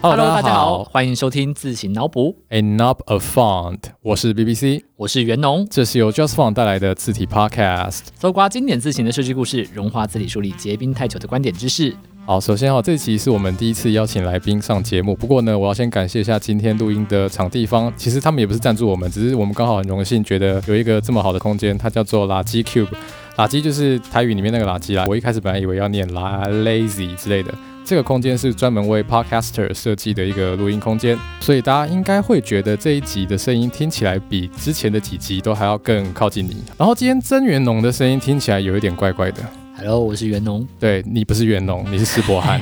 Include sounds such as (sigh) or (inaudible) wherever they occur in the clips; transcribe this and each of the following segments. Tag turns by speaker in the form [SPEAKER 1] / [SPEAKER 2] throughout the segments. [SPEAKER 1] Hello，
[SPEAKER 2] 大
[SPEAKER 1] 大
[SPEAKER 2] 家
[SPEAKER 1] 家
[SPEAKER 2] 好
[SPEAKER 1] 好，欢迎收听自行脑补，
[SPEAKER 2] Enough a Font，我是 BBC，
[SPEAKER 1] 我是袁农，
[SPEAKER 2] 这是由 Just Font 带来的字体 Podcast。
[SPEAKER 1] 搜刮经典字型的设计故事，融化字体梳理结冰太久的观点知识。
[SPEAKER 2] 好，首先哈、哦这期是我们第一次邀请来宾上节目，不过呢，我要先感谢一下今天录音的场地方，其实他们也不是赞助我们，只是我们刚好很荣幸觉得有一个这么好的空间，它叫做垃圾 Cube，垃圾就是台语里面那个垃圾啦。我一开始本来以为要念啦 lazy 之类的。这个空间是专门为 podcaster 设计的一个录音空间，所以大家应该会觉得这一集的声音听起来比之前的几集都还要更靠近你。然后今天曾元农的声音听起来有一点怪怪的，
[SPEAKER 1] Hello，我是袁农，
[SPEAKER 2] 对你不是袁农，你是施
[SPEAKER 1] (laughs)
[SPEAKER 2] 伯翰，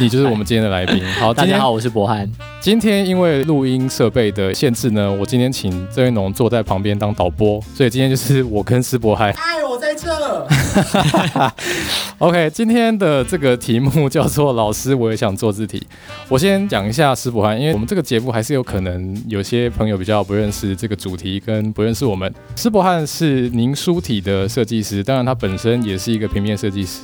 [SPEAKER 2] 你就是我们今天的来宾。好，
[SPEAKER 1] 大
[SPEAKER 2] 今
[SPEAKER 1] 家
[SPEAKER 2] 天
[SPEAKER 1] 好，我是博翰。
[SPEAKER 2] 今天因为录音设备的限制呢，我今天请郑元农坐在旁边当导播，所以今天就是我跟施伯翰。
[SPEAKER 3] 哎，我在这。
[SPEAKER 2] OK，今天的这个题目叫做“老师，我也想做字体”。 (laughs) 我先讲一下施伯翰，因为我们这个节目还是有可能有些朋友比较不认识这个主题，跟不认识我们。施伯翰是凝书体的设计师，当然他本身也是一个平面设计师。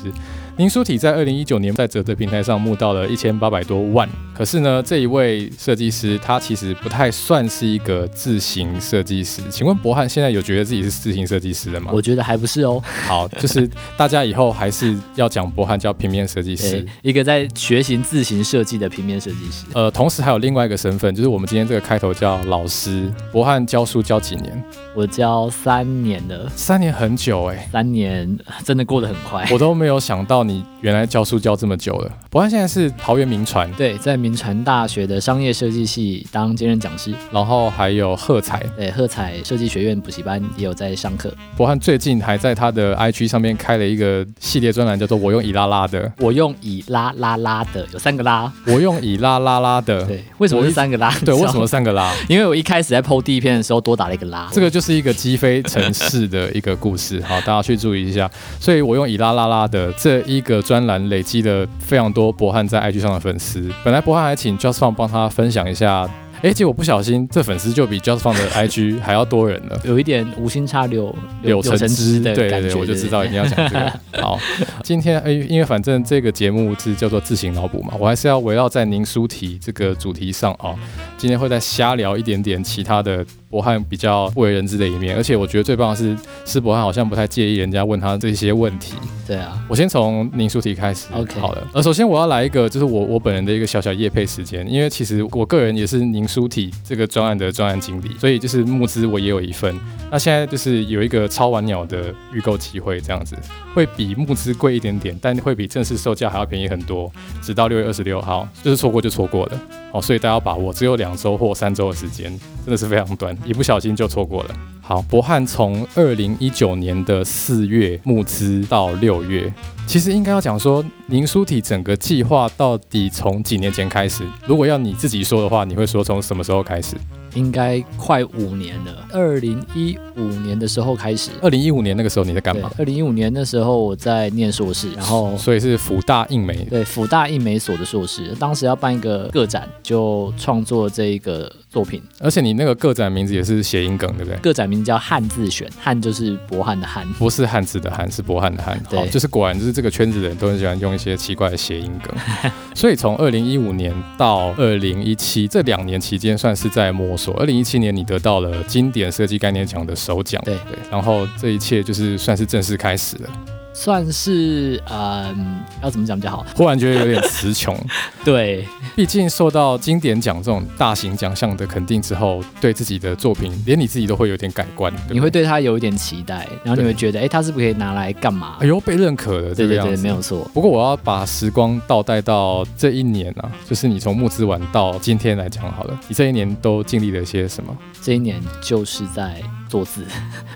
[SPEAKER 2] 凝书体在二零一九年在折叠平台上募到了一千八百多万，可是呢，这一位设计师他其实不太算是一个字形设计师。请问伯翰现在有觉得自己是字形设计师的吗？
[SPEAKER 1] 我觉得还不是哦， (laughs)
[SPEAKER 2] 好，就是大家以后还是要讲博翰叫平面设计师
[SPEAKER 1] 对。，一个在学习字形设计的平面设计师。
[SPEAKER 2] 呃，同时还有另外一个身份，就是我们今天这个开头叫老师。博翰教书教几年？
[SPEAKER 1] 我教三年了，
[SPEAKER 2] 三年很久哎、
[SPEAKER 1] 三年真的过得很快。
[SPEAKER 2] 我都没有想到你原来教书教这么久了。博翰现在是桃园名传，
[SPEAKER 1] 对，在民传大学的商业设计系当兼任讲师，
[SPEAKER 2] 然后还有喝彩。
[SPEAKER 1] 对，喝彩设计学院补习班也有在上课。
[SPEAKER 2] 博翰最近还在他的 IG 上面开了一个系列专栏，叫做“我用以拉拉的
[SPEAKER 1] 我用以拉拉拉的，有三个拉，”，
[SPEAKER 2] 我用以拉拉拉的。
[SPEAKER 1] 对，为什么
[SPEAKER 2] 我一
[SPEAKER 1] 是三个拉？啊
[SPEAKER 2] 对，
[SPEAKER 1] 你知道
[SPEAKER 2] 为什么
[SPEAKER 1] 吗？
[SPEAKER 2] 三个拉？
[SPEAKER 1] 因为我一开始在剖第一篇的时候多打了一个拉，
[SPEAKER 2] 这个就是一个击飞城市的一个故事，好，大家去注意一下。所以我用以拉拉拉的这一个专栏累积了非常多博汉在 IG 上的粉丝。本来博汉还请 Just Fun 帮他分享一下，诶，结果不小心这粉丝就比 Just Fun 的 IG 还要多人了。
[SPEAKER 1] 有一点无心插柳
[SPEAKER 2] 柳橙汁，
[SPEAKER 1] 的
[SPEAKER 2] 对
[SPEAKER 1] 感
[SPEAKER 2] 对
[SPEAKER 1] 觉，
[SPEAKER 2] 对，我就知道一定要讲这 (laughs) 个。好，今天哎，因为反正这个节目是叫做自行脑补嘛，我还是要围绕在您书题这个主题上啊、今天会再瞎聊一点点其他的博汉比较不为人知的一面，而且我觉得最棒的是，施博汉好像不太介意人家问他这些问题。
[SPEAKER 1] 对啊，
[SPEAKER 2] 我先从您书题开始
[SPEAKER 1] OK
[SPEAKER 2] 好了。呃，首先我要来一个，就是我我本人的一个小小业配时间，因为其实我个人也是您书体这个专案的专案经理，所以就是募资我也有一份。那现在就是有一个超晚鸟的预购机会，这样子会比募资贵一点点，但会比正式售价还要便宜很多，直到六月二十六号，就是错过就错过了。哦，所以大家要把握，只有两周或三周的时间，真的是非常短，一不小心就错过了。好，博翰从二零一九年的四月募资到六月，其实应该要讲说，您书体整个计划到底从几年前开始？如果要你自己说的话，你会说从什么时候开始？
[SPEAKER 1] 应该快五年了，二零一五年的时候开始。
[SPEAKER 2] 二零一五年那个时候你在干嘛？
[SPEAKER 1] 二零一五年那时候我在念硕士，然后
[SPEAKER 2] 所以是福大印媒
[SPEAKER 1] 对辅大印美所的硕士，当时要办一个个展，就创作这一个作品。
[SPEAKER 2] 而且你那个个展名字也是谐音梗，对不对？
[SPEAKER 1] 个展名叫汉字选，汉就是博汉的汉。
[SPEAKER 2] 不是汉字的汉，是博汉的汉。
[SPEAKER 1] 对
[SPEAKER 2] 好，就是果然就是这个圈子的人都很喜欢用一些奇怪的谐音梗。 (laughs) 所以从二零一五年到二零一七这两年期间，算是在摸索。二零一七年你得到了经典设计概念奖的首奖，
[SPEAKER 1] 对
[SPEAKER 2] 对，然后这一切就是算是正式开始了。
[SPEAKER 1] 算是嗯，要怎么讲比较好？
[SPEAKER 2] 忽然觉得有点词穷，
[SPEAKER 1] 对，
[SPEAKER 2] (laughs) 毕竟受到经典奖这种大型奖项的肯定之后，对自己的作品，连你自己都会有点改观。对不对
[SPEAKER 1] 你会对他有一点期待，然后你
[SPEAKER 2] 对
[SPEAKER 1] 会觉得，哎，他是不是可以拿来干嘛
[SPEAKER 2] 哎？呦被认可了这
[SPEAKER 1] 对
[SPEAKER 2] 个
[SPEAKER 1] 对
[SPEAKER 2] 样
[SPEAKER 1] 对，
[SPEAKER 2] 子
[SPEAKER 1] 没。有错。
[SPEAKER 2] 不过我要把时光倒带到这一年啊，就是你从募资完到今天来讲好了，你这一年都经历了些什么？
[SPEAKER 1] 这一年就是在 (laughs) 做字，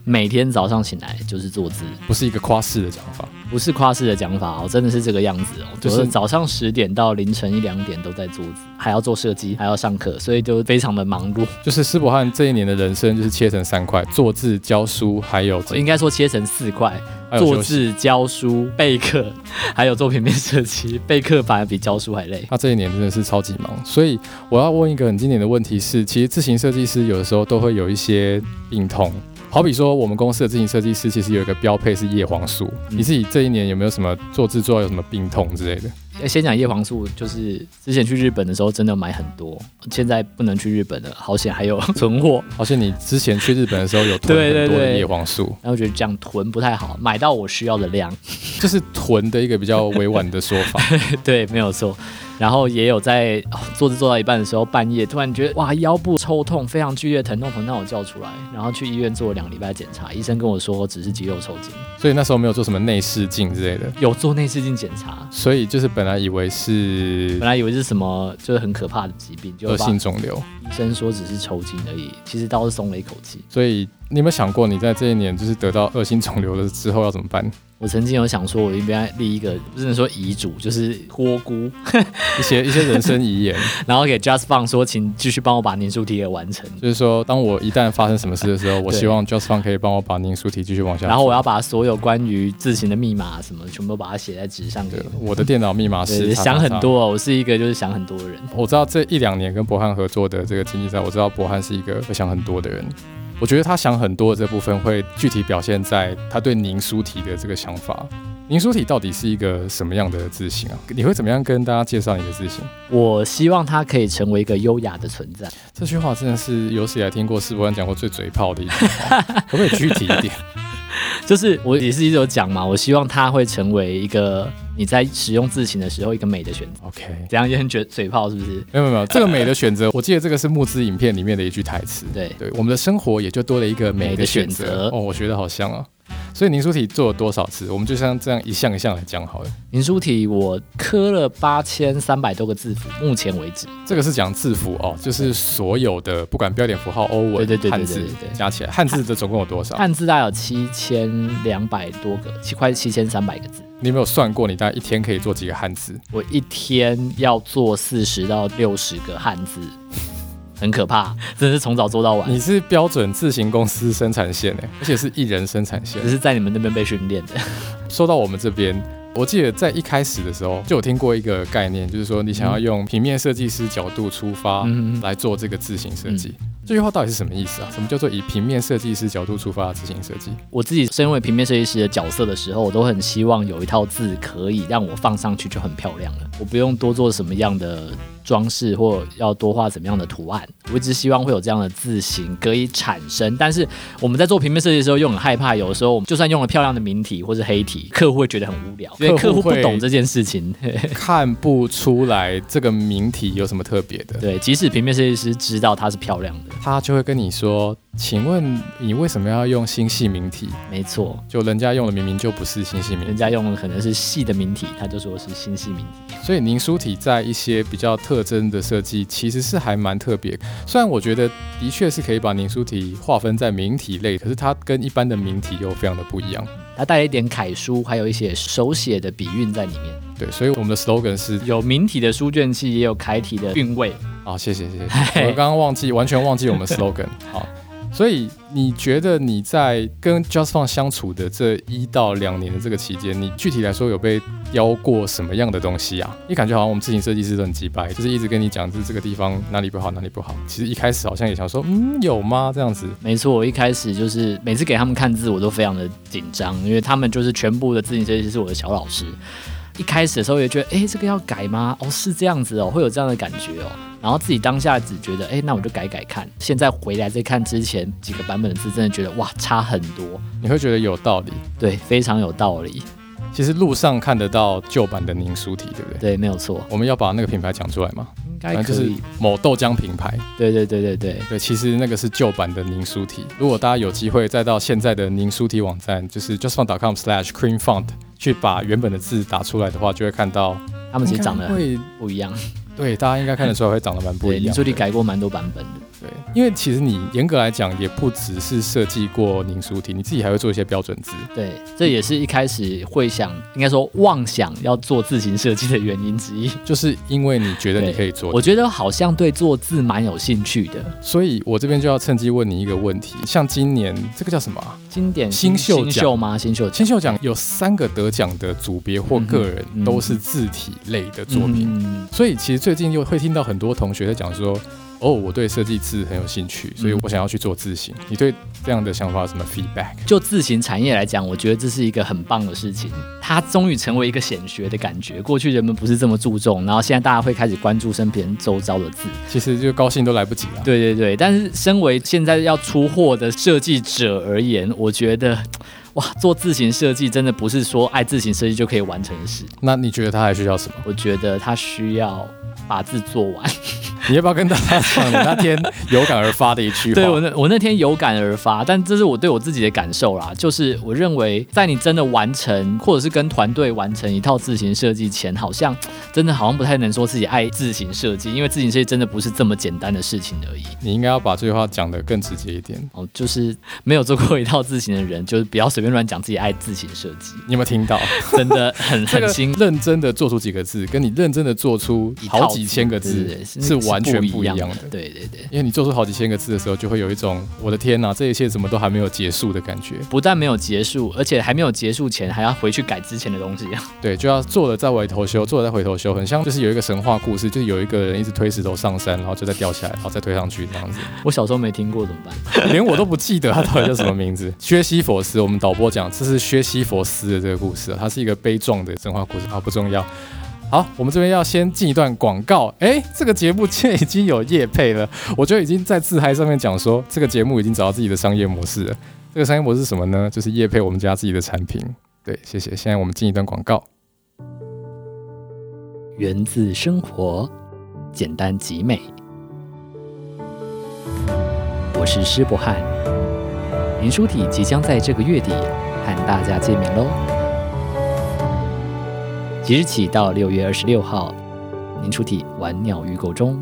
[SPEAKER 1] 每天早上醒来就是做字，
[SPEAKER 2] 不是一个夸饰的讲法，
[SPEAKER 1] 不是夸饰的讲法哦，真的是这个样子哦。
[SPEAKER 2] 就
[SPEAKER 1] 就是是早上十点到凌晨一两点都在做字，还要做设计，还要上课，所以就非常的忙碌。
[SPEAKER 2] 就是施伯翰这一年的人生就是切成三块：做字、教书，还有
[SPEAKER 1] 我应该说切成四块：
[SPEAKER 2] 还有
[SPEAKER 1] 做
[SPEAKER 2] 休息。
[SPEAKER 1] 字、教书、 (laughs) 备课，还有做平面设计。备课反而比教书还累。
[SPEAKER 2] 他这一年真的是超级忙，所以我要问一个很经典的问题是：其实自行设计师有的时候都会有一些病痛，好比说我们公司的自行设计师其实有一个标配是叶黄素，
[SPEAKER 1] 嗯
[SPEAKER 2] 你自己这一年有没有什么做制作有什么病痛之类的？
[SPEAKER 1] 呃先讲叶黄素，就是之前去日本的时候真的买很多，现在不能去日本了，好险还有 (laughs) 存货。
[SPEAKER 2] 而且你之前去日本的时候有囤
[SPEAKER 1] 对对
[SPEAKER 2] 很多的
[SPEAKER 1] 对
[SPEAKER 2] 叶黄素，
[SPEAKER 1] 然后觉得这样囤不太好，买到我需要的量。 (laughs)
[SPEAKER 2] 这是囤的一个比较委婉的说法。
[SPEAKER 1] 对，没有错。然后也有在、哦做着做到一半的时候，半夜突然觉得哇腰部抽痛，非常剧烈的疼痛，疼到我叫出来，然后去医院做了两个礼拜检查，医生跟我说只是肌肉抽筋，
[SPEAKER 2] 所以那时候没有做什么内视镜之类的，
[SPEAKER 1] 有做内视镜检查，
[SPEAKER 2] 所以就是本来以为是
[SPEAKER 1] 本来以为是什么就是很可怕的疾病，就
[SPEAKER 2] 恶
[SPEAKER 1] 把
[SPEAKER 2] 性肿瘤，
[SPEAKER 1] 医生说只是抽筋而已，其实倒是松了一口气。
[SPEAKER 2] 所以你有没有想过，你在这一年就是得到恶性肿瘤了之后要怎么办？
[SPEAKER 1] 我曾经有想说，我应该立一个不是说遗嘱，就是托孤，
[SPEAKER 2] 一些一些人生遗言，
[SPEAKER 1] (laughs) 然后给 Just Fun 说，请继续帮我把年数题给完成，
[SPEAKER 2] 就是说，当我一旦发生什么事的时候，我
[SPEAKER 1] 对
[SPEAKER 2] 希望 Just Fun 可以帮我把凝书体继续往下。
[SPEAKER 1] 然后我要把所有关于字形的密码什么的全部都把它写在纸上给
[SPEAKER 2] 对
[SPEAKER 1] 我。
[SPEAKER 2] 我的电脑密码是
[SPEAKER 1] 对，
[SPEAKER 2] 叉叉
[SPEAKER 1] 想
[SPEAKER 2] 叉
[SPEAKER 1] 很。多哦，我是一个就是想很多的人。
[SPEAKER 2] 我知道这一两年跟博翰合作的这个经历上，我知道博翰是一个会想很多的人。我觉得他想很多的这部分会具体表现在他对凝书体的这个想法。凝书体到底是一个什么样的字形啊？你会怎么样跟大家介绍你的字形？
[SPEAKER 1] 我希望他可以成为一个优雅的存在。
[SPEAKER 2] 这句话真的是有史以来听过世博安讲过最嘴炮的一句
[SPEAKER 1] (laughs)
[SPEAKER 2] 话，可不可以具体一点？
[SPEAKER 1] 就是我也是一直有讲嘛，我希望他会成为一个你在使用字形的时候一个美的选择。
[SPEAKER 2] OK，
[SPEAKER 1] 怎样也很嘴嘴炮是不是？
[SPEAKER 2] 没有没有没有，这个美的
[SPEAKER 1] (laughs)
[SPEAKER 2] 选择，我记得这个是募资影片里面的一句台词。
[SPEAKER 1] 对，
[SPEAKER 2] 对，我们的生活也就多了一个美的选
[SPEAKER 1] 美的
[SPEAKER 2] 择
[SPEAKER 1] 选择。
[SPEAKER 2] 哦，我觉得好像啊。所以凝书体做了多少次？我们就像这样一项一项来讲好了。
[SPEAKER 1] 林书体我刻了八千三百多个字符，目前为止。
[SPEAKER 2] 这个是讲字符哦，就是所有的不管标点符号、欧文、
[SPEAKER 1] 对对对对
[SPEAKER 2] 汉字
[SPEAKER 1] 对对对
[SPEAKER 2] 加起来，汉字的总共有多少？
[SPEAKER 1] 汉字大概有七千两百多个，七快七千三百个字。
[SPEAKER 2] 你有没有算过你大概一天可以做几个汉字？
[SPEAKER 1] 我一天要做四十到六十个汉字，很可怕，真的是从早做到晚。
[SPEAKER 2] 你是标准自行公司生产线哎，而且是一人生产线
[SPEAKER 1] 只。是在你们那边被训练的，
[SPEAKER 2] 说到我们这边，我记得在一开始的时候就有听过一个概念，就是说你想要用平面设计师角度出发
[SPEAKER 1] 嗯嗯嗯嗯
[SPEAKER 2] 来做这个字形设计。这句话到底是什么意思啊？什么叫做以平面设计师角度出发的字形设计？
[SPEAKER 1] 我自己身为平面设计师的角色的时候，我都很希望有一套字可以让我放上去就很漂亮了，我不用多做什么样的装饰或要多画什么样的图案，我一直希望会有这样的字形可以产生。但是我们在做平面设计的时候，又很害怕，有的时候我们就算用了漂亮的明体或是黑体，客户会觉得很无聊，因为
[SPEAKER 2] 客
[SPEAKER 1] 客
[SPEAKER 2] 户
[SPEAKER 1] 户
[SPEAKER 2] 会
[SPEAKER 1] 不懂这件事情。
[SPEAKER 2] 看不出来这个名体有什么特别的，
[SPEAKER 1] 对，即使平面设计师知道它是漂亮的，
[SPEAKER 2] 他就会跟你说：“请问你为什么要用星系名体？
[SPEAKER 1] 没错，
[SPEAKER 2] 就人家用的明明就不是星系名
[SPEAKER 1] 人
[SPEAKER 2] 体。
[SPEAKER 1] 家用的可能是细的明体，他就说是星系明体。”
[SPEAKER 2] 所以凝书体在一些比较特征的设计，其实是还蛮特别。虽然我觉得的确是可以把凝书体划分在明体类，可是它跟一般的明体又非常的不一样。
[SPEAKER 1] 它带了一点楷书，还有一些手写的笔韵在里面。
[SPEAKER 2] 对，所以我们的 slogan 是
[SPEAKER 1] 有明体的书卷气，也有楷体的韵味。
[SPEAKER 2] 啊，谢谢谢谢，
[SPEAKER 1] (laughs)
[SPEAKER 2] 我刚刚忘记，完全忘记我们 slogan。好，所以你觉得你在跟 Just Fun 相处的这一到两年的这个期间，你具体来说有被雕过什么样的东西啊？你感觉好像我们自行设计师都很鸡掰，就是一直跟你讲这这个地方哪里不好哪里不好。其实一开始好像也想说，嗯，有吗？这样子。
[SPEAKER 1] 没错，我一开始就是每次给他们看字，我都非常的紧张，因为他们就是全部的字形设计师是我的小老师。一开始的时候也觉得，诶，这个要改吗？哦，是这样子哦，会有这样的感觉哦。然后自己当下只觉得，诶，那我就改改看。现在回来再看之前几个版本的字，真的觉得哇，差很多。
[SPEAKER 2] 你会觉得有道理。
[SPEAKER 1] 对，非常有道理。
[SPEAKER 2] 其实路上看得到旧版的凝书体，对不对？
[SPEAKER 1] 对，没有错，
[SPEAKER 2] 我们要把那个品牌讲出来嘛，
[SPEAKER 1] 应该
[SPEAKER 2] 反正
[SPEAKER 1] 可
[SPEAKER 2] 就是
[SPEAKER 1] 以。
[SPEAKER 2] 某豆浆品牌。
[SPEAKER 1] 对对对对对，
[SPEAKER 2] 对，其实那个是旧版的凝书体。如果大家有机会再到现在的凝书体网站，就是 justfont.com/cream font 去把原本的字打出来的话，就会看到
[SPEAKER 1] 他们其实长得
[SPEAKER 2] 应该
[SPEAKER 1] 很
[SPEAKER 2] 会
[SPEAKER 1] 不一样。
[SPEAKER 2] 对，大家应该看得出来会长得蛮不
[SPEAKER 1] 对，
[SPEAKER 2] 一
[SPEAKER 1] 你
[SPEAKER 2] 样
[SPEAKER 1] 这
[SPEAKER 2] 的。
[SPEAKER 1] 里改过蛮多版本的。
[SPEAKER 2] 对，因为其实你严格来讲也不只是设计过凝书体，你自己还会做一些标准字。
[SPEAKER 1] 对，这也是一开始会想，应该说妄想要做字形设计的原因之一。
[SPEAKER 2] 就是因为你觉得你
[SPEAKER 1] 对
[SPEAKER 2] 可以做
[SPEAKER 1] 我觉得好像对做字蛮有兴趣的。
[SPEAKER 2] 所以我这边就要趁机问你一个问题，像今年这个叫什么、啊？
[SPEAKER 1] 经典
[SPEAKER 2] 新秀
[SPEAKER 1] 新秀吗？新秀
[SPEAKER 2] 新秀奖有三个得奖的组别或个人
[SPEAKER 1] 嗯嗯
[SPEAKER 2] 都是字体类的作品，
[SPEAKER 1] 嗯
[SPEAKER 2] 所以其实最近又会听到很多同学在讲说，哦，我对设计字很有兴趣，所以我想要去做字型。你对这样的想法有什么 feedback？
[SPEAKER 1] 就自行产业来讲，我觉得这是一个很棒的事情，它终于成为一个显学的感觉。过去人们不是这么注重，然后现在大家会开始关注身边周遭的字。
[SPEAKER 2] 其实就高兴都来不及了。
[SPEAKER 1] 对对对，但是身为现在要出货的设计者而言，我觉得。哇，做字型设计真的不是说爱字型设计就可以完成的事。
[SPEAKER 2] 那你觉得他还需要什么？ (laughs)
[SPEAKER 1] 我觉得它需要把字做完。
[SPEAKER 2] 你要不要跟大家讲你那天有感而发的一句话？
[SPEAKER 1] 对我那我那天有感而发，但这是我对我自己的感受啦，就是我认为在你真的完成或者是跟团队完成一套字型设计前，好像真的好像不太能说自己爱字型设计，因为字型设计真的不是这么简单的事情而已。
[SPEAKER 2] 你应该要把这句话讲得更直接一点。
[SPEAKER 1] 哦，就是没有做过一套字型的人，就是不要随便乱讲自己爱字型设计，
[SPEAKER 2] 你有没有听 (laughs) 到？
[SPEAKER 1] 真的
[SPEAKER 2] (laughs)
[SPEAKER 1] 很
[SPEAKER 2] 这
[SPEAKER 1] 很
[SPEAKER 2] 个
[SPEAKER 1] 辛苦。
[SPEAKER 2] 认真的做出几个字，跟你认真的做出
[SPEAKER 1] 一套
[SPEAKER 2] 好几千个字
[SPEAKER 1] 对对对
[SPEAKER 2] 是完全
[SPEAKER 1] 不
[SPEAKER 2] 不一样
[SPEAKER 1] 样
[SPEAKER 2] 的。
[SPEAKER 1] 对对对。
[SPEAKER 2] 因为你做出好几千个字的时候，就会有一种我的天呐，这一切怎么都还没有结束的感觉。
[SPEAKER 1] 不但没有结束，而且还没有结束前还要回去改之前的东西。 (laughs)
[SPEAKER 2] 对，就要做了再回头修，做了再回头修，很像就是有一个神话故事，就是有一个人一直推石头上山，然后就再掉下来，然后再推上去这样子。
[SPEAKER 1] 我小时候没听过怎么办？
[SPEAKER 2] 连我都不记得他到底叫什么名字。薛西佛斯，我们导播讲，这是薛西佛斯的这个故事啊，它是一个悲壮的神话故事啊，不重要。好，我们这边要先进一段广告。哎，这个节目现在已经有业配了，我就已经在自嗨上面讲说，这个节目已经找到自己的商业模式了。这个商业模式是什么呢？就是业配我们家自己的产品。对，谢谢。现在我们进一段广告。
[SPEAKER 1] 源自生活，简单极美。我是施博翰，林书体即将在这个月底和大家见面喽。即日起到六月二十六号，林书体晚鸟预购中。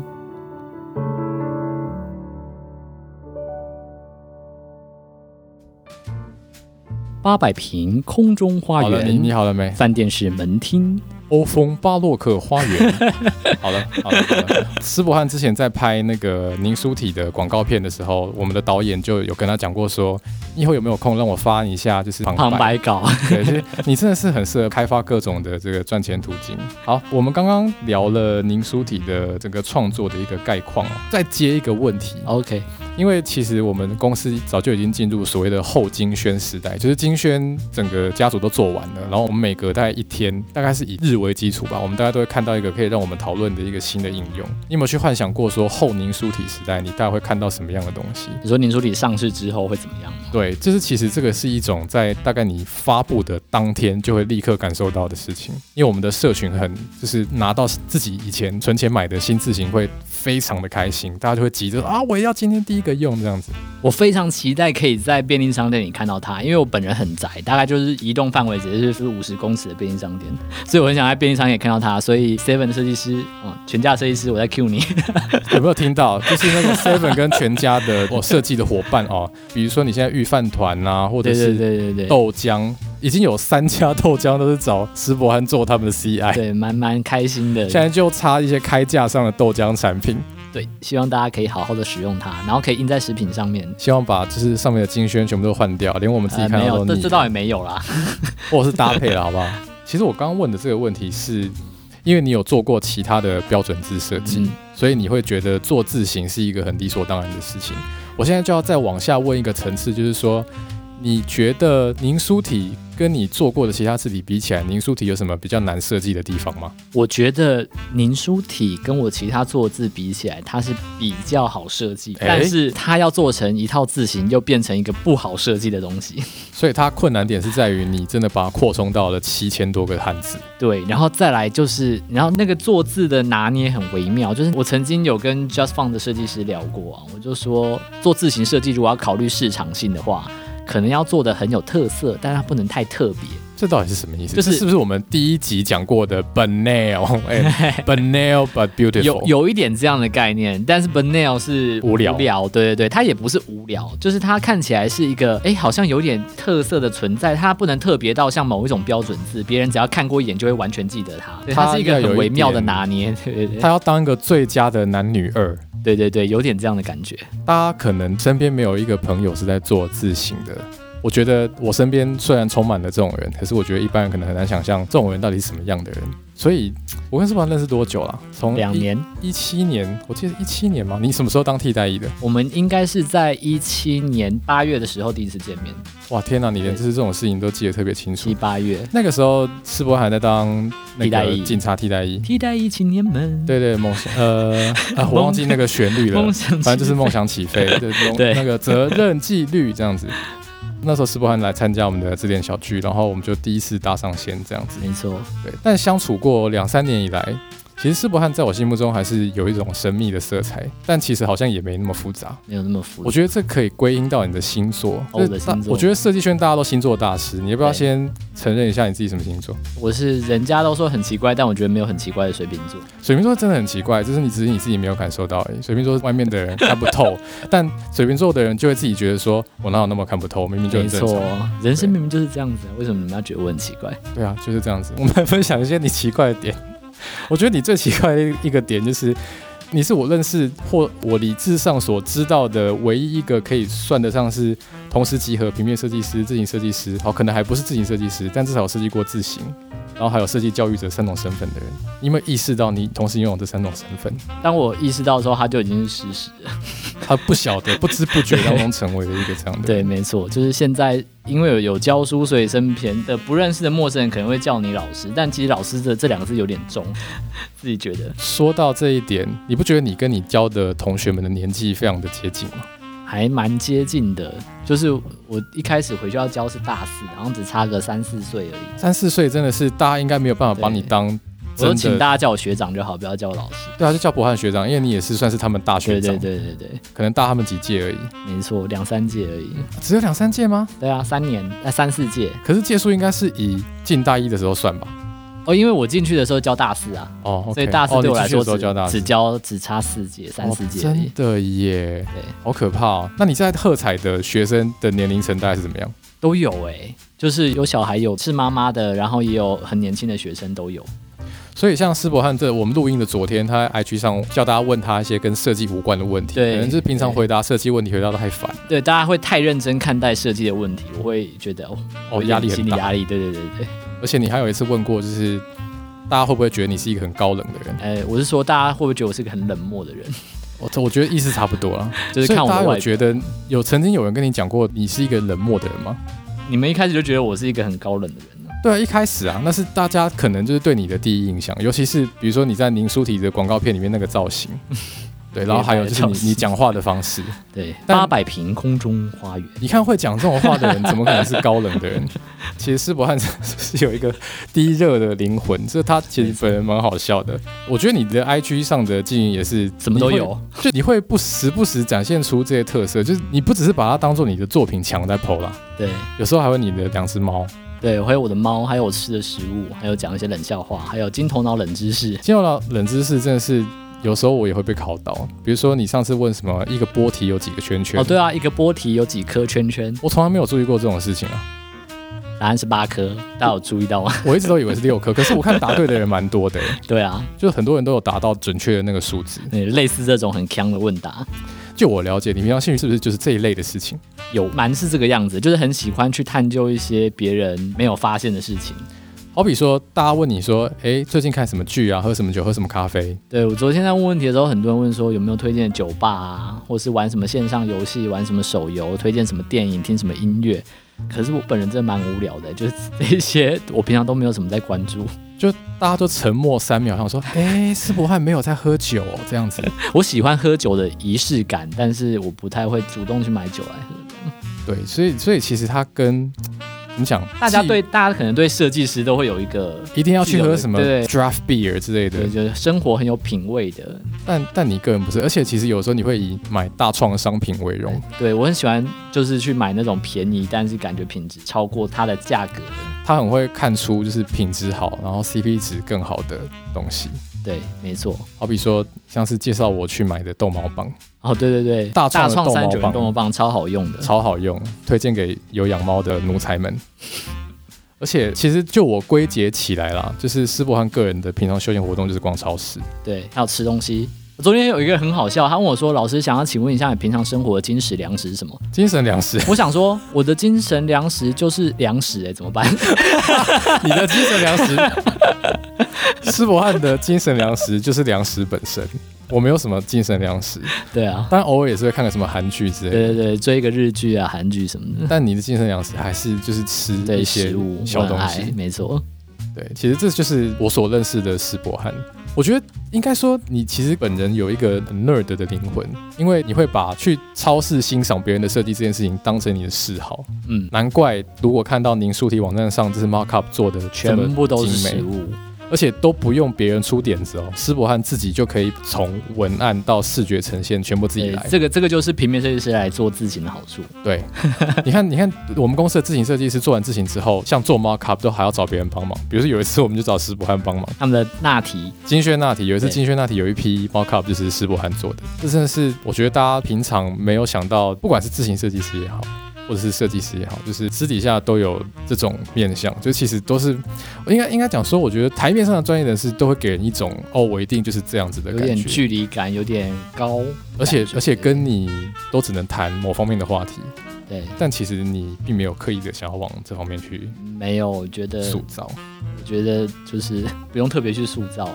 [SPEAKER 1] 八百平空中花
[SPEAKER 2] 好了，你你
[SPEAKER 1] 园，
[SPEAKER 2] 好了没？
[SPEAKER 1] 饭店式门厅，
[SPEAKER 2] 欧风巴洛克花园。 (laughs) 好了，好了，好了。斯伯汉之前在拍那个宁书体的广告片的时候，我们的导演就有跟他讲过说，你以后有没有空让我发你一下，就是旁
[SPEAKER 1] 旁白稿。
[SPEAKER 2] (laughs) 对，就是你真的是很适合开发各种的这个赚钱途径。好，我们刚刚聊了宁书体的整个创作的一个概况哦，再接一个问题
[SPEAKER 1] OK，
[SPEAKER 2] 因为其实我们公司早就已经进入所谓的后金宣时代，就是金宣整个家族都做完了，然后我们每隔大概一天，大概是以日为基础吧，我们大家都会看到一个可以让我们讨论的一个新的应用。你有没有去幻想过说后宁书体时代，你大概会看到什么样的东西？
[SPEAKER 1] 你说年书体上市之后会怎么样？
[SPEAKER 2] 对，就是其实这个是一种在大概你发布的当天就会立刻感受到的事情，因为我们的社群很就是拿到自己以前存钱买的新字型会非常的开心，大家就会急着啊我也要今天第一个用这样子。
[SPEAKER 1] 我非常期待可以在便利商店里看到它，因为我本人很宅，大概就是移动范围只是五十公尺的便利商店，所以我很想在便利商店看到它。所以 Seven 的设计师，嗯，全家的设计师，我在 cue 你。
[SPEAKER 2] 有没有听到？ (laughs) 就是那个 Seven 跟全家的哦设计的伙伴哦，比如说你现在御饭团啊，或者
[SPEAKER 1] 对对
[SPEAKER 2] 是
[SPEAKER 1] 对对对对，
[SPEAKER 2] 豆浆，已经有三家豆浆都是找石伯汉做他们的 CI，
[SPEAKER 1] 对，蛮蛮开心的。
[SPEAKER 2] 哎现在就差一些开架上的豆浆产品，
[SPEAKER 1] 对，希望大家可以好好的使用它，然后可以印在食品上面。
[SPEAKER 2] 希望把就是上面的金宣全部都换掉，连我们自己
[SPEAKER 1] 呃，
[SPEAKER 2] 看
[SPEAKER 1] 没
[SPEAKER 2] 到
[SPEAKER 1] 有，
[SPEAKER 2] 都
[SPEAKER 1] 这
[SPEAKER 2] 腻
[SPEAKER 1] 这倒也没有啦。
[SPEAKER 2] (laughs) 或者是搭配了，好不好？其实我刚刚问的这个问题是，因为你有做过其他的标准字设计，
[SPEAKER 1] 嗯
[SPEAKER 2] 所以你会觉得做字型是一个很理所当然的事情。我现在就要再往下问一个层次，就是说，你觉得凝书体跟你做过的其他字体比起来，凝书体有什么比较难设计的地方吗？
[SPEAKER 1] 我觉得凝书体跟我其他做字比起来，它是比较好设计，
[SPEAKER 2] 哎
[SPEAKER 1] 但是它要做成一套字形，又变成一个不好设计的东西。 (laughs)
[SPEAKER 2] 所以它困难点是在于你真的把它扩充到了七千多个汉字。
[SPEAKER 1] 对，然后再来就是，然后那个做字的拿捏很微妙，就是我曾经有跟 Just Fun 的设计师聊过啊，我就说做字型设计如果要考虑市场性的话，可能要做的很有特色，但它不能太特别。
[SPEAKER 2] 这到底是什么意思？
[SPEAKER 1] 就是
[SPEAKER 2] 这是不是我们第一集讲过的 banal，
[SPEAKER 1] (laughs)
[SPEAKER 2] 哎，banal but beautiful？
[SPEAKER 1] 有有一点这样的概念，但是 banal 是
[SPEAKER 2] 嗯无聊
[SPEAKER 1] 无聊，对对对，它也不是无聊，就是它看起来是一个哎，诶好像有点特色的存在，它不能特别到像某一种标准字，别人只要看过一眼就会完全记得它，对它
[SPEAKER 2] 它
[SPEAKER 1] 是一个
[SPEAKER 2] 要有
[SPEAKER 1] 很
[SPEAKER 2] 一
[SPEAKER 1] 微妙的
[SPEAKER 2] 点
[SPEAKER 1] 拿捏，对对对，
[SPEAKER 2] 他要当一个最佳的男女二。
[SPEAKER 1] 对对对，有点这样的感觉。
[SPEAKER 2] 大家可能身边没有一个朋友是在做字型的，我觉得我身边虽然充满了这种人，可是我觉得一般人可能很难想象这种人到底是什么样的人。所以，我跟斯巴认识多久了？从
[SPEAKER 1] 两年，
[SPEAKER 2] 一七年，我记得一七年吗？你什么时候当替代役的？
[SPEAKER 1] 我们应该是在一七年八月的时候第一次见面，
[SPEAKER 2] 哇，天哪！你连就是这种事情都记得特别清楚
[SPEAKER 1] 七。八月。
[SPEAKER 2] 那个时候，斯伯还在当那
[SPEAKER 1] 替代
[SPEAKER 2] 个
[SPEAKER 1] 役
[SPEAKER 2] 警察替代役。
[SPEAKER 1] 替代役青年们，
[SPEAKER 2] 对对，梦想呃啊，我忘记那个旋律
[SPEAKER 1] (laughs)
[SPEAKER 2] 了
[SPEAKER 1] 梦，想
[SPEAKER 2] (laughs) 反正就是梦想起飞，对梦
[SPEAKER 1] 对
[SPEAKER 2] 那个责任纪律这样子。那时候斯伯汉来参加我们的自恋小聚，然后我们就第一次搭上线这样子。
[SPEAKER 1] 没错，
[SPEAKER 2] 对，但相处过两三年以来，其实斯伯汉在我心目中还是有一种神秘的色彩，但其实好像也没那么复杂。
[SPEAKER 1] 没有那么复杂。
[SPEAKER 2] 我觉得这可以归因到你的星座，
[SPEAKER 1] 哦我的
[SPEAKER 2] 就是大
[SPEAKER 1] 星座
[SPEAKER 2] 我觉得设计圈大家都星座大师，你要不要
[SPEAKER 1] 对
[SPEAKER 2] 先承认一下你自己什么星座？
[SPEAKER 1] 我是人家都说很奇怪，但我觉得没有很奇怪的水瓶座。
[SPEAKER 2] 水瓶座真的很奇怪，就是你只是你自己没有感受到而已。水瓶座外面的人看不透， (laughs) 但水瓶座的人就会自己觉得说，我哪有那么看不透，明明就
[SPEAKER 1] 没
[SPEAKER 2] 很正
[SPEAKER 1] 错
[SPEAKER 2] 常。，
[SPEAKER 1] 人生明明就是这样子啊，为什么你们要觉得我很奇怪？
[SPEAKER 2] 对啊，就是这样子。我们来分享一些你奇怪的点。 (laughs) 我觉得你最奇怪的一个点就是，你是我认识或我理智上所知道的唯一一个可以算得上是同时集合平面设计师、自行设计师，好，可能还不是自行设计师，但至少有设计过自行，然后还有设计教育者三种身份的人。你有没有意识到你同时拥有这三种身份？
[SPEAKER 1] 当我意识到的时候，它就已经是事实了。
[SPEAKER 2] 他不晓得，不知不觉当中成为了一个这样的人。
[SPEAKER 1] 对，没错，就是现在因为有有教书，所以身边的不认识的陌生人可能会叫你老师，但其实老师的这两个字有点重， (laughs) 自己觉得
[SPEAKER 2] 说到这一点，你不觉得你跟你教的同学们的年纪非常的接近吗？
[SPEAKER 1] 还蛮接近的。就是我一开始回学校教是大四，然后只差个三四岁而已。
[SPEAKER 2] 三四岁真的是大家应该没有办法把你当
[SPEAKER 1] 我
[SPEAKER 2] 真
[SPEAKER 1] 说请
[SPEAKER 2] 的，
[SPEAKER 1] 大家叫我学长就好，不要叫我老师。
[SPEAKER 2] 对啊，就叫博翰学长，因为你也是算是他们大
[SPEAKER 1] 对
[SPEAKER 2] 学长，
[SPEAKER 1] 对对对对，
[SPEAKER 2] 可能大他们几届而已，
[SPEAKER 1] 没错，两三届而已。
[SPEAKER 2] 只有两三届吗？
[SPEAKER 1] 对啊，三年，那、三四届
[SPEAKER 2] 可是届数应该是以进大一的时候算吧？
[SPEAKER 1] 哦，因为我进去的时候教大四啊
[SPEAKER 2] 哦 o k
[SPEAKER 1] 所以大四对我来说只、
[SPEAKER 2] 哦、你进去的时候教大四
[SPEAKER 1] 只教只差四届，三四
[SPEAKER 2] 哦
[SPEAKER 1] 届而已、
[SPEAKER 2] 真的耶，
[SPEAKER 1] 对，
[SPEAKER 2] 好可怕哦！那你在喝彩的学生的年龄层大概是怎么样？
[SPEAKER 1] 都有哎、就是有小孩有是妈妈的，然后也有很年轻的学生都有。
[SPEAKER 2] 所以像施伯汉这，我们录音的昨天，他在 IG 上叫大家问他一些跟设计无关的问题，可
[SPEAKER 1] 对
[SPEAKER 2] 能就是平常
[SPEAKER 1] 对
[SPEAKER 2] 回答设计问题回答的太烦，
[SPEAKER 1] 对，大家会太认真看待设计的问题，我会觉得哦，
[SPEAKER 2] 哦，
[SPEAKER 1] 我
[SPEAKER 2] 压力
[SPEAKER 1] 心
[SPEAKER 2] 很
[SPEAKER 1] 理
[SPEAKER 2] 大。
[SPEAKER 1] 压力。对对对对，
[SPEAKER 2] 而且你还有一次问过，就是大家会不会觉得你是一个很高冷的人？
[SPEAKER 1] 呃，我是说大家会不会觉得我是个很冷漠的人？ (laughs)
[SPEAKER 2] 我我觉得意思差不多了，
[SPEAKER 1] 就是
[SPEAKER 2] 所以
[SPEAKER 1] 看我
[SPEAKER 2] 大
[SPEAKER 1] 的
[SPEAKER 2] 家有
[SPEAKER 1] 外
[SPEAKER 2] 觉
[SPEAKER 1] 表。
[SPEAKER 2] 得有曾经有人跟你讲过你是一个冷漠的人吗？
[SPEAKER 1] 你们一开始就觉得我是一个很高冷的人呢、
[SPEAKER 2] 对啊，一开始啊，那是大家可能就是对你的第一印象，尤其是比如说你在宁书体的广告片里面那个造型，对，然后还有就是
[SPEAKER 1] 变态的造
[SPEAKER 2] 你
[SPEAKER 1] 型
[SPEAKER 2] 你讲话的方式，
[SPEAKER 1] 对，
[SPEAKER 2] 但
[SPEAKER 1] 八百平空中花园。
[SPEAKER 2] 你看会讲这种话的人，怎么可能是高冷
[SPEAKER 1] (laughs)
[SPEAKER 2] 的人？其实施伯汉是有一个低热的灵魂，这他其实本人蛮好笑的。我觉得你的 IG 上的经营也是
[SPEAKER 1] 什么都有，
[SPEAKER 2] 你会就你会不时不时展现出这些特色，就是你不只是把它当做你的作品墙在 PO 啦，
[SPEAKER 1] 对
[SPEAKER 2] 有时候还会你的两只猫。
[SPEAKER 1] 对，还有我的猫，还有我吃的食物，还有讲一些冷笑话，还有金头脑冷知识。
[SPEAKER 2] 进入到冷知识，真的是有时候我也会被考到，比如说你上次问什么一个波体有几个圈圈，
[SPEAKER 1] 哦，对啊，一个波题有几颗圈圈？
[SPEAKER 2] 我从来没有注意过这种事情啊。
[SPEAKER 1] 答案是八颗，大家有注意到吗？ (laughs)
[SPEAKER 2] 我一直都以为是六颗，可是我看答对的人蛮多的、
[SPEAKER 1] 对啊，
[SPEAKER 2] 就是很多人都有达到准确的那个数值。
[SPEAKER 1] 嗯，类似这种很强的问答，
[SPEAKER 2] 就我了解，你平常兴趣是不是就是这一类的事情？
[SPEAKER 1] 有蛮是这个样子，就是很喜欢去探究一些别人没有发现的事情。
[SPEAKER 2] 好比说，大家问你说，诶，最近看什么剧啊，喝什么酒，喝什么咖啡？
[SPEAKER 1] 对我昨天在问问题的时候，很多人问说有没有推荐的酒吧啊，或是玩什么线上游戏、玩什么手游、推荐什么电影、听什么音乐。可是我本人真的蛮无聊的， (laughs) 就是这些我平常都没有什么在关注。 (laughs)
[SPEAKER 2] 就大家都沉默三秒，想说，哎诶，施伯汉没有在喝酒、哦、
[SPEAKER 1] (laughs)
[SPEAKER 2] 这样子。
[SPEAKER 1] 我喜欢喝酒的仪式感，但是我不太会主动去买酒来喝。
[SPEAKER 2] 对，所以所以其实他跟怎么讲，
[SPEAKER 1] 大家
[SPEAKER 2] 既
[SPEAKER 1] 对大家可能对设计师都会有一个，
[SPEAKER 2] 一定要去喝什么
[SPEAKER 1] 对
[SPEAKER 2] draft beer 之类的
[SPEAKER 1] 对，，就是生活很有品味的
[SPEAKER 2] 但但你个人不是，而且其实有时候你会以买大创的商品为荣，
[SPEAKER 1] 对我很喜欢，就是去买那种便宜，但是感觉品质超过它的价格的。
[SPEAKER 2] 他很会看出就是品质好，然后 CP 值更好的东西。
[SPEAKER 1] 对，没错。
[SPEAKER 2] 好比说，像是介绍我去买的逗猫棒，
[SPEAKER 1] 哦，对对对，
[SPEAKER 2] 大创
[SPEAKER 1] 大
[SPEAKER 2] 的
[SPEAKER 1] 创
[SPEAKER 2] 逗猫
[SPEAKER 1] 三九
[SPEAKER 2] 棒
[SPEAKER 1] 元动物棒超好用的。
[SPEAKER 2] 超好用，推荐给有养猫的奴才们。而且其实就我归结起来啦，就是施伯汉个人的平常休闲活动就是逛超市，
[SPEAKER 1] 对，还有吃东西，我昨天有一个很好笑，他问我说：“老师，想要请问一下，你平常生活的精神粮食是什么，
[SPEAKER 2] 精神粮食？” (laughs)
[SPEAKER 1] 我想说，我的精神粮食就是粮食、欸，哎，怎么办？ (laughs)
[SPEAKER 2] 你的精神粮食， (laughs) 施伯汉的精神粮食就是粮食本身。我没有什么精神粮食，
[SPEAKER 1] 对啊，
[SPEAKER 2] 但偶尔也是会看个什么韩剧之类
[SPEAKER 1] 对
[SPEAKER 2] 的。
[SPEAKER 1] 对对，追一个日剧啊、韩剧什么的，
[SPEAKER 2] 但你的精神粮食还是就是吃
[SPEAKER 1] 对
[SPEAKER 2] 一些
[SPEAKER 1] 食物
[SPEAKER 2] 小
[SPEAKER 1] 我很
[SPEAKER 2] 东
[SPEAKER 1] 爱
[SPEAKER 2] 西，
[SPEAKER 1] 没错。
[SPEAKER 2] 对，其实这就是我所认识的施伯汉。我觉得应该说，你其实本人有一个很 nerd 的灵魂，因为你会把去超市欣赏别人的设计这件事情当成你的嗜好。
[SPEAKER 1] 嗯，
[SPEAKER 2] 难怪如果看到您数体网站上这是 markup 做的
[SPEAKER 1] 全部都是食
[SPEAKER 2] 美，
[SPEAKER 1] 物，
[SPEAKER 2] 而且都不用别人出点子哦，施伯汉自己就可以从文案到视觉呈现全部自己
[SPEAKER 1] 对
[SPEAKER 2] 来，。
[SPEAKER 1] 这个这个就是平面设计师来做字型的好处。
[SPEAKER 2] 对，你看，你看，我们公司的字型设计师做完字型之后，像做 markup 都还要找别人帮忙。比如说有一次，我们就找施伯汉帮忙。
[SPEAKER 1] 他们的纳题，
[SPEAKER 2] 金轩那题有一次，
[SPEAKER 1] 对
[SPEAKER 2] 金轩那题有一批 markup 就是施伯汉做的，这真的是我觉得大家平常没有想到，不管是字型设计师也好，或者是设计师也好，就是私底下都有这种面向，就其实都是我应该应该讲说，我觉得台面上的专业人士都会给人一种哦，我一定就是这样子的
[SPEAKER 1] 有
[SPEAKER 2] 感
[SPEAKER 1] 点
[SPEAKER 2] 觉，
[SPEAKER 1] 距离感，有点高感觉，
[SPEAKER 2] 而且而且跟你都只能谈某方面的话题，
[SPEAKER 1] 对
[SPEAKER 2] 但其实你并没有刻意的想要往这方面去
[SPEAKER 1] 没有，我觉得
[SPEAKER 2] 塑造。
[SPEAKER 1] 我觉得就是 (laughs) 不用特别去塑造。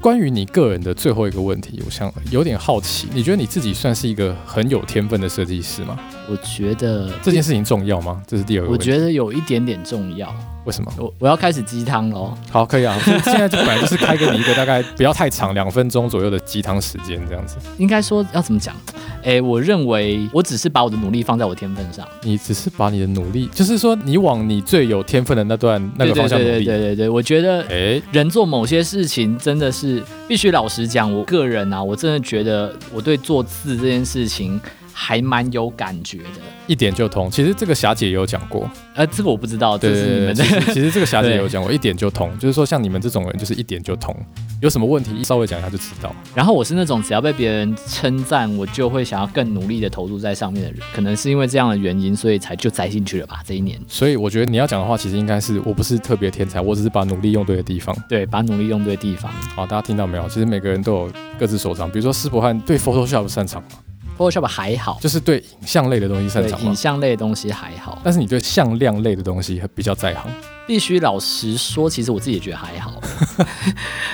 [SPEAKER 2] 关于你个人的最后一个问题，我想有点好奇，你觉得你自己算是一个很有天分的设计师吗？
[SPEAKER 1] 我觉得
[SPEAKER 2] 这件事情重要吗？这是第二个
[SPEAKER 1] 我
[SPEAKER 2] 问题。
[SPEAKER 1] 觉得有一点点重要。
[SPEAKER 2] 为什么？
[SPEAKER 1] 我我要开始鸡汤喽。
[SPEAKER 2] 好，可以啊。现在就本来就是开给你一个大概不要太长，两分钟左右的鸡汤时间这样子。
[SPEAKER 1] 应该说要怎么讲？哎，我认为我只是把我的努力放在我天分上。
[SPEAKER 2] 你只是把你的努力，就是说你往你最有天分的那段那个
[SPEAKER 1] 对
[SPEAKER 2] 方向努
[SPEAKER 1] 对对对
[SPEAKER 2] 力。
[SPEAKER 1] 对对，我觉得
[SPEAKER 2] 哎，
[SPEAKER 1] 人做某些事情真的是必须老实讲，我个人啊，我真的觉得我对做字这件事情还蛮有感觉的。
[SPEAKER 2] 一点就通。其实这个霞姐也有讲过，
[SPEAKER 1] 呃，这个我不知道，
[SPEAKER 2] 对
[SPEAKER 1] 这是你
[SPEAKER 2] 对对
[SPEAKER 1] 们的。
[SPEAKER 2] 对，(laughs) 其实其实这个霞姐也有讲过，一点就通，就是说像你们这种人，就是一点就通，有什么问题稍微讲一下就知道。
[SPEAKER 1] 然后我是那种只要被别人称赞，我就会想要更努力的投入在上面的人。可能是因为这样的原因，所以才就栽进去了吧。这一年，
[SPEAKER 2] 所以我觉得你要讲的话，其实应该是我不是特别天才，我只是把努力用对的地方。
[SPEAKER 1] 对，把努力用对地方。
[SPEAKER 2] 好，大家听到没有？其实每个人都有各自所长。比如说施伯汉对 Photoshop 擅长嘛，
[SPEAKER 1] Photoshop 还好，
[SPEAKER 2] 就是对影像类的东西擅
[SPEAKER 1] 对
[SPEAKER 2] 长嘛
[SPEAKER 1] 影。像类的东西还好。
[SPEAKER 2] 但是你对向量类的东西比较在行，
[SPEAKER 1] 必须老实说，其实我自己也觉得还好。 (laughs)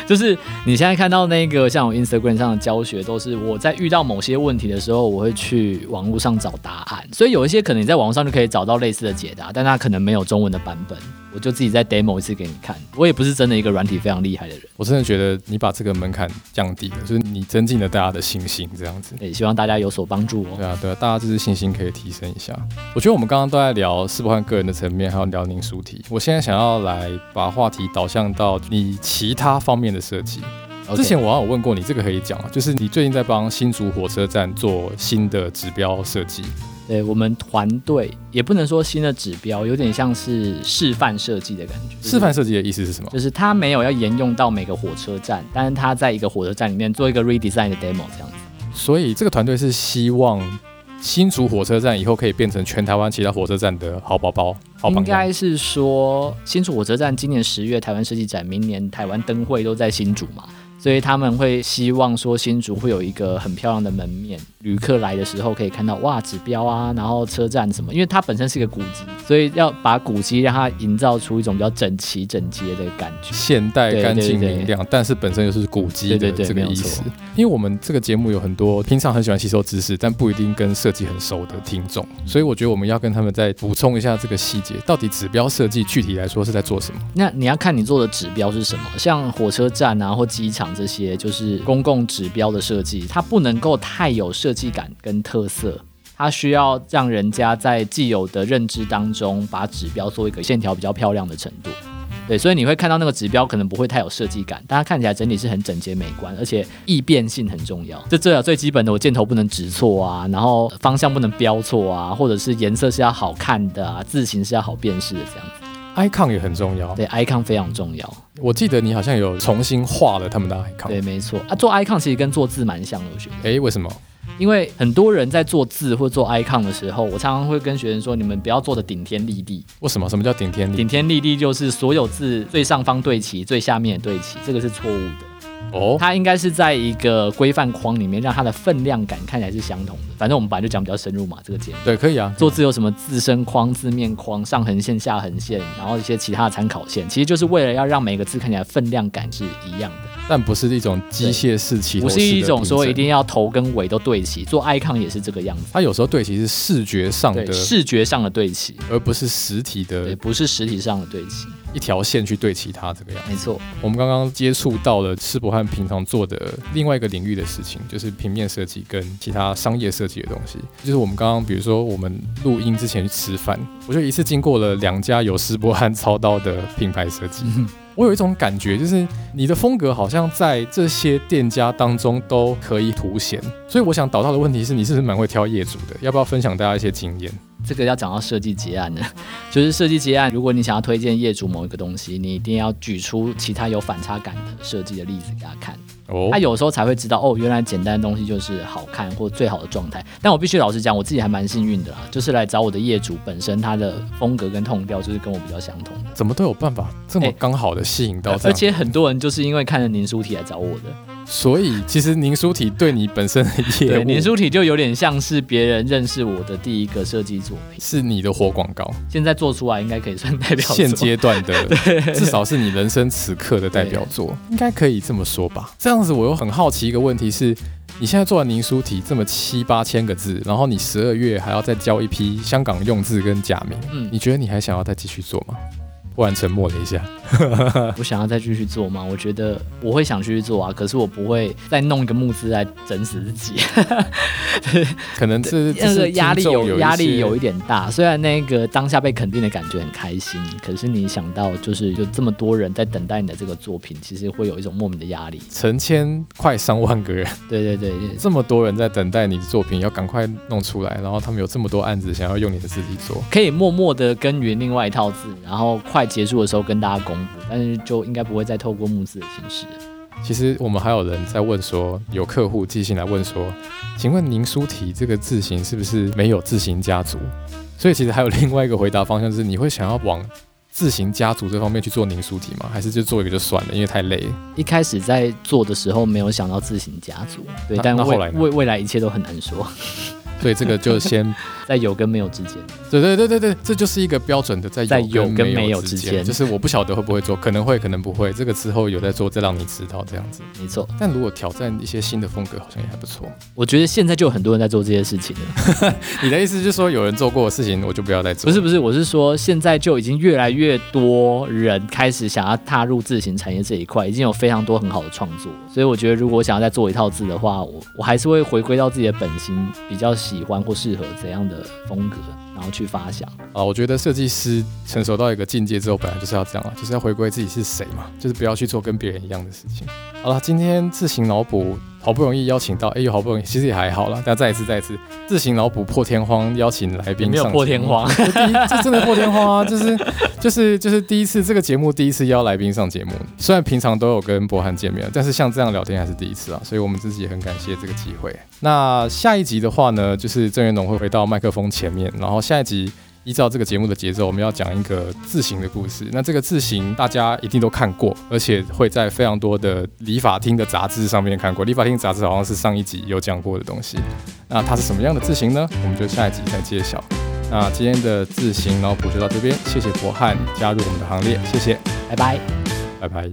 [SPEAKER 1] 就是你现在看到那个像我 Instagram 上的教学，都是我在遇到某些问题的时候，我会去网络上找答案。所以有一些可能你在网络上就可以找到类似的解答，但它可能没有中文的版本。我就自己再 demo 一次给你看。我也不是真的一个软体非常厉害的人，
[SPEAKER 2] 我真的觉得你把这个门槛降低了，就是你增进了大家的信心，这样子。
[SPEAKER 1] 也希望大家有所帮助哦。
[SPEAKER 2] 对啊，对啊，大家就是信心可以提升一下。我觉得我们刚刚都在聊斯伯汉个人的层面，还有辽宁书体。我现在想要来把话题导向到你其他方面的设计。之前我好像有问过你，这个可以讲啊，就是你最近在帮新竹火车站做新的指标设计，
[SPEAKER 1] 对我们团队也不能说新的指标，有点像是示范设计的感觉。就是
[SPEAKER 2] 示范设计的意思是什么？
[SPEAKER 1] 就是它没有要沿用到每个火车站，但是它在一个火车站里面做一个 redesign 的 demo 这样子。
[SPEAKER 2] 所以这个团队是希望新竹火车站以后可以变成全台湾其他火车站的好宝宝、好
[SPEAKER 1] 应
[SPEAKER 2] 榜样。
[SPEAKER 1] 该是说新竹火车站今年十月台湾设计展，明年台湾灯会都在新竹嘛，所以他们会希望说新竹会有一个很漂亮的门面，旅客来的时候可以看到哇指标啊，然后车站什么，因为它本身是一个古迹，所以要把古迹让它营造出一种比较整齐整洁的感觉。
[SPEAKER 2] 现代、
[SPEAKER 1] 对
[SPEAKER 2] 干净、
[SPEAKER 1] 对对
[SPEAKER 2] 明亮，但是本身又是古迹的
[SPEAKER 1] 对对对
[SPEAKER 2] 这个
[SPEAKER 1] 没有
[SPEAKER 2] 意
[SPEAKER 1] 错
[SPEAKER 2] 思。因为我们这个节目有很多平常很喜欢吸收知识，但不一定跟设计很熟的听众，
[SPEAKER 1] 嗯
[SPEAKER 2] 所以我觉得我们要跟他们再补充一下这个细节，到底指标设计具体来说是在做什么？
[SPEAKER 1] 那你要看你做的指标是什么，像火车站啊或机场这些，就是公共指标的设计，它不能够太有设计感跟特色，它需要让人家在既有的认知当中，把指标做一个线条比较漂亮的程度。对，所以你会看到那个指标可能不会太有设计感，但它看起来整体是很整洁美观，而且易变性很重要。这最啊最基本的，我箭头不能指错啊，然后方向不能标错啊，或者是颜色是要好看的啊，字形是要好辨识的这样子。
[SPEAKER 2] icon 也很重要。
[SPEAKER 1] 对，icon 非常重要。
[SPEAKER 2] 我记得你好像有重新画了他们的 icon。
[SPEAKER 1] 对，没错啊，做 icon 其实跟做字蛮像的，我觉得，
[SPEAKER 2] 诶，为什么？
[SPEAKER 1] 因为很多人在做字或做 icon 的时候，我常常会跟学生说，你们不要做的顶天立地。
[SPEAKER 2] 为什么？什么叫顶天立？
[SPEAKER 1] 顶天立地就是所有字最上方对齐，最下面也对齐，这个是错误的。
[SPEAKER 2] 哦，
[SPEAKER 1] 它应该是在一个规范框里面，让它的分量感看起来是相同的。反正我们本来就讲比较深入嘛，这个节目。
[SPEAKER 2] 对，可以啊，
[SPEAKER 1] 做字有什么自身框、字面框、上横线、下横线，然后一些其他的参考线，其实就是为了要让每个字看起来分量感是一样的，
[SPEAKER 2] 但不是一种机械式起头
[SPEAKER 1] 不
[SPEAKER 2] 式的
[SPEAKER 1] 是一种说一
[SPEAKER 2] 订
[SPEAKER 1] 定
[SPEAKER 2] 正。
[SPEAKER 1] 要头跟尾都对齐。做 icon 也是这个样子，
[SPEAKER 2] 它有时候对其实是视觉上
[SPEAKER 1] 对，
[SPEAKER 2] 的，
[SPEAKER 1] 视觉上的对齐，
[SPEAKER 2] 而不是实体
[SPEAKER 1] 对，
[SPEAKER 2] 的
[SPEAKER 1] 不是实体上的对齐，
[SPEAKER 2] 一条线去对齐它这个样子。
[SPEAKER 1] 没错，
[SPEAKER 2] 我们刚刚接触到了施伯汉平常做的另外一个领域的事情，就是平面设计跟其他商业设计的东西。就是我们刚刚，比如说我们录音之前去吃饭，我就一次经过了两家有施伯汉操刀的品牌设计。
[SPEAKER 1] 嗯
[SPEAKER 2] 我有一种感觉，就是你的风格好像在这些店家当中都可以凸显。所以我想导到的问题是，你是不是蛮会挑业主的？要不要分享大家一些经验？
[SPEAKER 1] 这个要讲到设计结案了， (laughs) 就是设计结案，如果你想要推荐业主某一个东西，你一定要举出其他有反差感的设计的例子给他看。
[SPEAKER 2] 哦
[SPEAKER 1] 他，有时候才会知道哦，原来简单的东西就是好看或最好的状态。但我必须老实讲，我自己还蛮幸运的啦，就是来找我的业主本身他的风格跟痛调就是跟我比较相同的，
[SPEAKER 2] 怎么都有办法这么
[SPEAKER 1] 哎
[SPEAKER 2] 刚好的吸引到这
[SPEAKER 1] 而
[SPEAKER 2] 样
[SPEAKER 1] 且很多人就是因为看了林书体来找我的。
[SPEAKER 2] 所以，其实凝书体对你本身的业
[SPEAKER 1] 对，
[SPEAKER 2] 务，
[SPEAKER 1] 林书体就有点像是别人认识我的第一个设计作品，
[SPEAKER 2] 是你的活广告，
[SPEAKER 1] 现在做出来应该可以算代表作 (laughs)
[SPEAKER 2] 现阶段的，至少是你人生此刻的代表作，应该可以这么说吧。这样子，我又很好奇一个问题是，你现在做完凝书体这么七八千个字，然后你十二月还要再交一批香港用字跟假名，
[SPEAKER 1] 嗯
[SPEAKER 2] 你觉得你还想要再继续做吗？忽然沉默了一下，
[SPEAKER 1] 我想要再继续做吗？我觉得我会想继续做啊，可是我不会再弄一个募资来整死自己。
[SPEAKER 2] 可能 (laughs) 这这
[SPEAKER 1] 那个
[SPEAKER 2] 是
[SPEAKER 1] 呃压力
[SPEAKER 2] 听众
[SPEAKER 1] 有
[SPEAKER 2] 一
[SPEAKER 1] 压力有
[SPEAKER 2] 些
[SPEAKER 1] 一点大，虽然那个当下被肯定的感觉很开心，可是你想到就是有这么多人在等待你的这个作品，其实会有一种莫名的压力。
[SPEAKER 2] 成千快上万个人。
[SPEAKER 1] 对对对，对
[SPEAKER 2] 这么多人在等待你的作品，要赶快弄出来，然后他们有这么多案子想要用你的字体做，
[SPEAKER 1] 可以默默的耕耘另外一套字，然后快结束的时候跟大家公布，但是就应该不会再透过募资的形式。
[SPEAKER 2] 其实我们还有人在问说，有客户寄信来问说，请问您书体这个字形是不是没有字形家族？所以其实还有另外一个回答方向是，你会想要往字形家族这方面去做您书体吗？还是就做一个就算了，因为太累了。
[SPEAKER 1] 一开始在做的时候没有想到自行家族，对，
[SPEAKER 2] 那
[SPEAKER 1] 但
[SPEAKER 2] 那后
[SPEAKER 1] 未
[SPEAKER 2] 来呢
[SPEAKER 1] 未未来一切都很难说， (laughs)
[SPEAKER 2] 所以这个就先，
[SPEAKER 1] 在有跟没有之间。
[SPEAKER 2] 对对对对对，这就是一个标准的在
[SPEAKER 1] 在有
[SPEAKER 2] 有
[SPEAKER 1] 跟没
[SPEAKER 2] 没
[SPEAKER 1] 有
[SPEAKER 2] 之
[SPEAKER 1] 之
[SPEAKER 2] 间，
[SPEAKER 1] 间
[SPEAKER 2] 就是我不晓得会不会做，可能会可能不会，这个之后有在做再让你知道这样子。
[SPEAKER 1] 没错，
[SPEAKER 2] 但如果挑战一些新的风格，好像也还不错。
[SPEAKER 1] 我觉得现在就有很多人在做这些事情了。
[SPEAKER 2] 你的意思就是说，有人做过的事情，我就不要再做？
[SPEAKER 1] (laughs) 不是，不是，我是说，现在就已经越来越多人开始想要踏入自行产业这一块，已经有非常多很好的创作，所以我觉得如果我想要再做一套字的话，我我还是会回归到自己的本心，比较喜欢或适合怎样的风格，然后去发想。
[SPEAKER 2] 啊，我觉得设计师成熟到一个境界之后，本来就是要这样啊，就是要回归自己是谁嘛，就是不要去做跟别人一样的事情。好了，今天自行脑补，好不容易邀请到，哎呦，好不容易，其实也还好啦。大家再一次，再一次，自行脑补破天荒邀请来宾，
[SPEAKER 1] 没有破天荒，
[SPEAKER 2] 这第一，这真的破天荒啊！就是就是就是第一次这个节目第一次邀来宾上节目，虽然平常都有跟博翰见面，但是像这样聊天还是第一次啊，所以我们自己也很感谢这个机会。那下一集的话呢，就是郑元龙会回到麦克风前面，然后下一集。依照这个节目的节奏，我们要讲一个字形的故事。那这个字形大家一定都看过，而且会在非常多的理法厅的杂志上面看过。理法厅杂志好像是上一集有讲过的东西。那它是什么样的字形呢？我们就下一集再揭晓。那今天的自行脑补就到这边，谢谢博翰加入我们的行列，谢谢，
[SPEAKER 1] (laughs) 拜拜。
[SPEAKER 2] 拜拜。